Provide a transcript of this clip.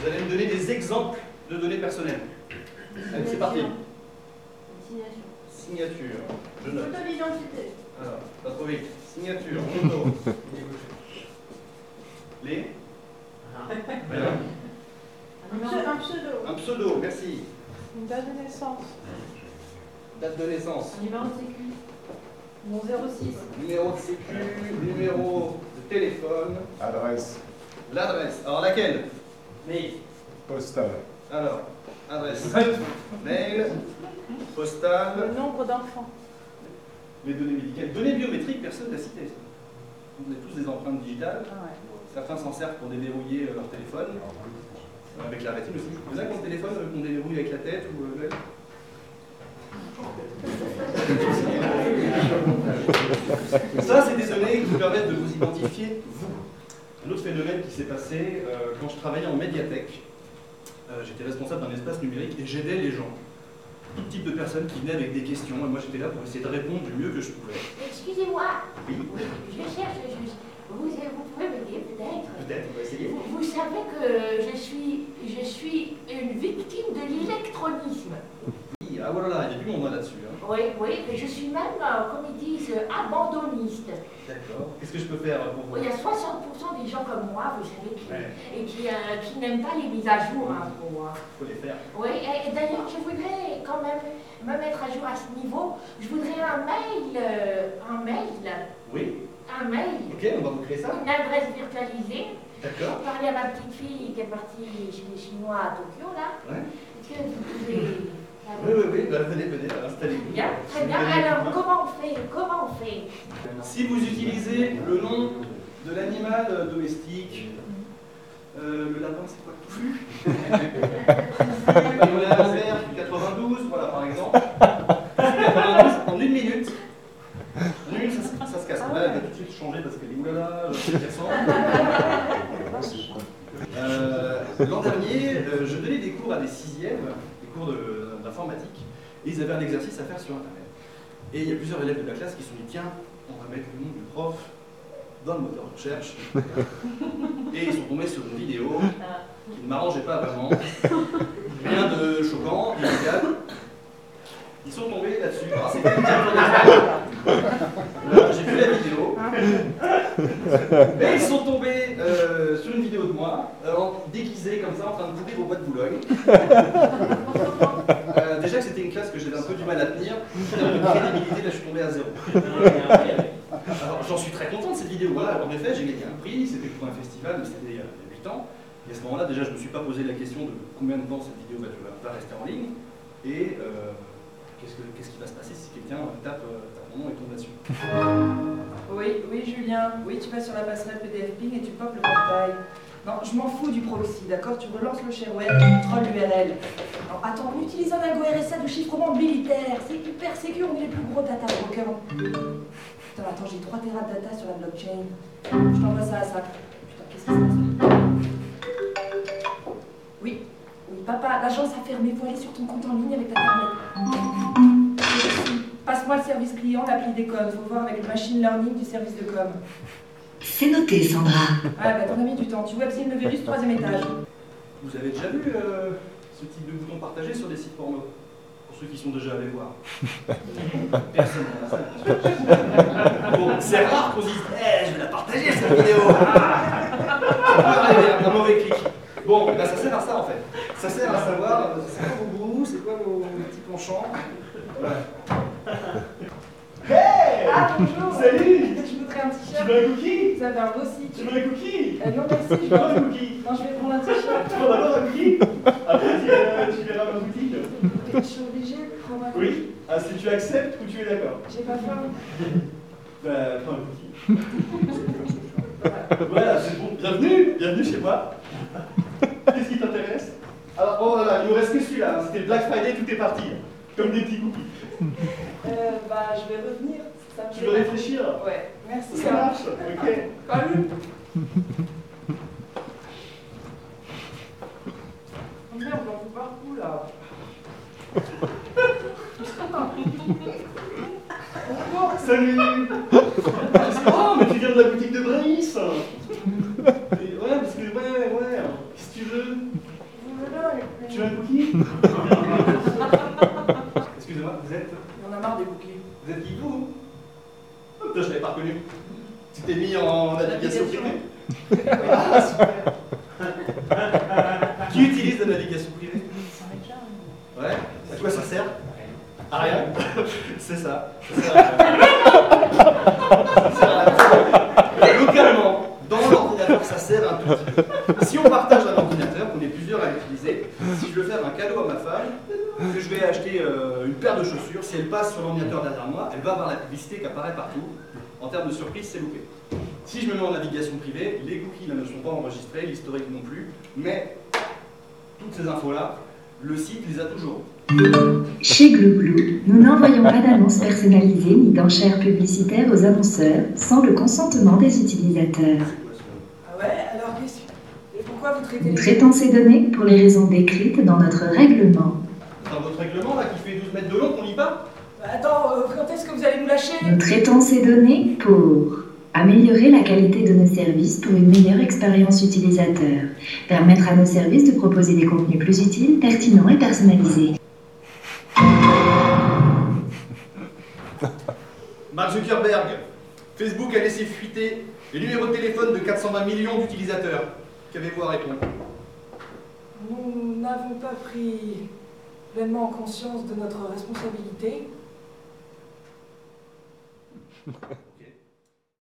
Vous allez me donner des exemples de données personnelles. Allez, c'est parti. Signation. Signature. Je note. Photo d'identité. Alors, pas trop vite. Signature, photo. Les Voilà. Un pseu- un pseudo. Un pseudo, merci. Une date de naissance. Date de naissance. Un numéro de sécu. Mon 06. Numéro de sécu, numéro de téléphone, Adresse l'adresse. Alors laquelle Mail. postale. Alors, adresse. Mail, Le postal, nombre d'enfants. les données médicales. Données biométriques, personne n'a cité ça. On a tous des empreintes digitales. Ah Certains s'en servent pour déverrouiller euh, leur téléphone. Euh, Avec la rétine aussi. Vous avez un compte téléphone euh, qu'on déverrouille avec la tête ou euh, l'œil Ça, c'est des données qui vous permettent de vous identifier, vous. Un autre phénomène qui s'est passé euh, quand je travaillais en médiathèque. euh, j'étais responsable d'un espace numérique et j'aidais les gens. Tout type de personnes qui venaient avec des questions. Et moi, j'étais là pour essayer de répondre du mieux que je pouvais. Excusez-moi, Oui, je cherche, je- vous, vous pouvez m'aider peut-être. peut-être, on va essayer. Vous, vous savez que je suis, je suis une victime de l'électronisme. Oui, ah voilà, là, il y a du monde hein, là-dessus. hein. Oui, oui, mais je suis même, euh, comme ils disent, euh, abandonniste. D'accord. Qu'est-ce que je peux faire pour vous Il y a 60% des gens comme moi, vous savez, qui, Ouais. et qui, euh, qui n'aiment pas les mises à jour. hein, trop, hein. faut les faire. Oui, et, et d'ailleurs, je voudrais quand même me mettre à jour à ce niveau. Je voudrais un mail, euh, un mail, Oui, un mail, ok, on va vous créer ça. une adresse virtualisée. D'accord. J'ai parlé à ma petite fille qui est partie chez les Chinois à Tokyo, là. Ouais. Est-ce que vous pouvez... Ah Oui, bon. oui, oui, bah, venez, venez, installez-vous. Bien, très bien. Je vais donner un coup de Alors, main. comment on fait Comment on fait Si vous utilisez le nom de l'animal domestique, Mhm. euh, le lapin, c'est quoi le plus Le laser 92, voilà, par exemple. 92, en une minute. En une minute, ça, se- ça se casse. Ah Là, elle ouais. va tout de suite changer parce qu'elle dit oulala, je sais qu'elle sent. Euh, L'an dernier, euh, je donnais des cours à des sixièmes, des cours de- d'informatique, et ils avaient un exercice à faire sur Internet. Et il y a plusieurs élèves de la classe qui se sont dit tiens, on va mettre le nom du prof dans le moteur de recherche. et ils sont tombés sur une vidéo qui ne m'arrangeait pas vraiment. Rien de choquant, illégal. Ils sont tombés là-dessus. Alors, c'était une carte de- Voilà, J'ai vu la vidéo. Mais ils sont tombés euh, sur une vidéo de moi, euh, en- déguisés comme ça, en train de courir au bois de Boulogne. Euh, déjà que c'était une classe que j'avais un peu du mal à tenir, en termes de crédibilité, là je suis tombé à zéro. Alors j'en suis très content de cette vidéo, voilà, en effet j'ai gagné un prix, c'était pour un festival, mais c'était il y a- il y a 8 ans. Et à ce moment-là, déjà je ne me suis pas posé la question de combien de temps cette vidéo va, durer- va rester en ligne, et euh, qu'est-ce, que- qu'est-ce qui va se passer si quelqu'un tape, euh, tape mon nom et tombe là-dessus. Oui, oui, Julien. Oui, tu vas sur la passerelle PDF Ping et tu popes le portail. Non, je m'en fous du proxy, d'accord Tu relances le shareware, tu trolls l'URL. Non, attends, on utilise un algo RSA de chiffrement militaire. C'est hyper sécur, on est les plus gros data brokers. Attends, attends, j'ai 3 terras de data sur la blockchain. Je t'envoie ça à ça. Putain, qu'est-ce que c'est ça Oui, oui, papa, l'agence a fermé. Faut aller sur ton compte en ligne avec ta tablette. Passe-moi le service client, l'appli des coms. Faut voir avec le machine learning du service de com. C'est noté, Sandra. Ah bah t'en as mis du temps. Tu webzine le virus, troisième Ah, étage. Vous avez déjà vu euh, ce type de bouton partagé sur des sites porno Pour ceux qui sont déjà allés voir. Personne dans la salle. Bon, c'est rare qu'on se dise Eh, je vais la partager cette vidéo Ah Ça peut arriver, un mauvais clic. Bon, bah, ça sert à ça en fait. Ça sert à savoir euh, c'est quoi vos goûts, c'est quoi vos petits penchants. Voilà. Ah bonjour Salut Je voudrais un Tu t-shirt. veux un cookie Vous avez un beau site. Tu veux un cookie Euh, non merci, je Tu veux vais... un cookie Non, je vais prendre un t-shirt. Tu veux d'abord un cookie Après, tu verras- tu verras ma boutique. Je suis obligée de prendre un Oui Ah, si tu acceptes ou tu es d'accord J'ai pas faim. Bah, prends un petit. voilà, c'est bon. Bienvenue, bienvenue chez moi. Qu'est-ce qui t'intéresse Alors, oh là là, il nous reste que celui-là. hein. C'était Black Friday, tout est parti. Comme des petits cookies. Euh, bah je vais revenir. Ça me Tu fait- veux réfléchir Ouais, merci. Ça hein. marche Ok. Salut Oh Merde, on vous partout là. Salut Oh, mais tu viens de la boutique de Brice Et Ouais, parce que, ouais, ouais, qu'est-ce que tu veux Oh, je l'avais pas reconnu. Tu t'es mis en navigation privée Ah, super. Qui utilise la navigation privée Ouais. À quoi ça sert À rien. C'est ça. Ça sert à rien. Ça sert à rien. Localement, dans l'ordinateur, ça sert à un tout petit peu. Si on partage un ordinateur, qu'on est plusieurs à l'utiliser, si je veux faire un cadeau à ma femme, que je vais acheter euh, une paire de chaussures, si elle passe sur l'ordinateur derrière moi, elle va avoir la publicité qui apparaît partout. En termes de surprise, c'est loupé. Si je me mets en navigation privée, les cookies là, ne sont pas enregistrés, l'historique non plus, mais toutes ces infos-là, le site les a toujours. Chez Glouglou, nous n'envoyons pas d'annonces personnalisées ni d'enchères publicitaires aux annonceurs sans le consentement des utilisateurs. C'est quoi ce- Ah ouais, alors qu'est-ce que- Et pourquoi vous traitez Nous les... traitons ces données pour les raisons décrites dans notre règlement. Dans votre règlement là qui fait 12 mètres de long qu'on lit pas Attends, euh, quand est-ce que vous allez nous lâcher Nous traitons ces données pour améliorer la qualité de nos services pour une meilleure expérience utilisateur, permettre à nos services de proposer des contenus plus utiles, pertinents et personnalisés. Mark Zuckerberg, Facebook a laissé fuiter les numéros de téléphone de 420 millions d'utilisateurs. Qu'avez-vous à répondre Nous n'avons pas pris pleinement conscience de notre responsabilité.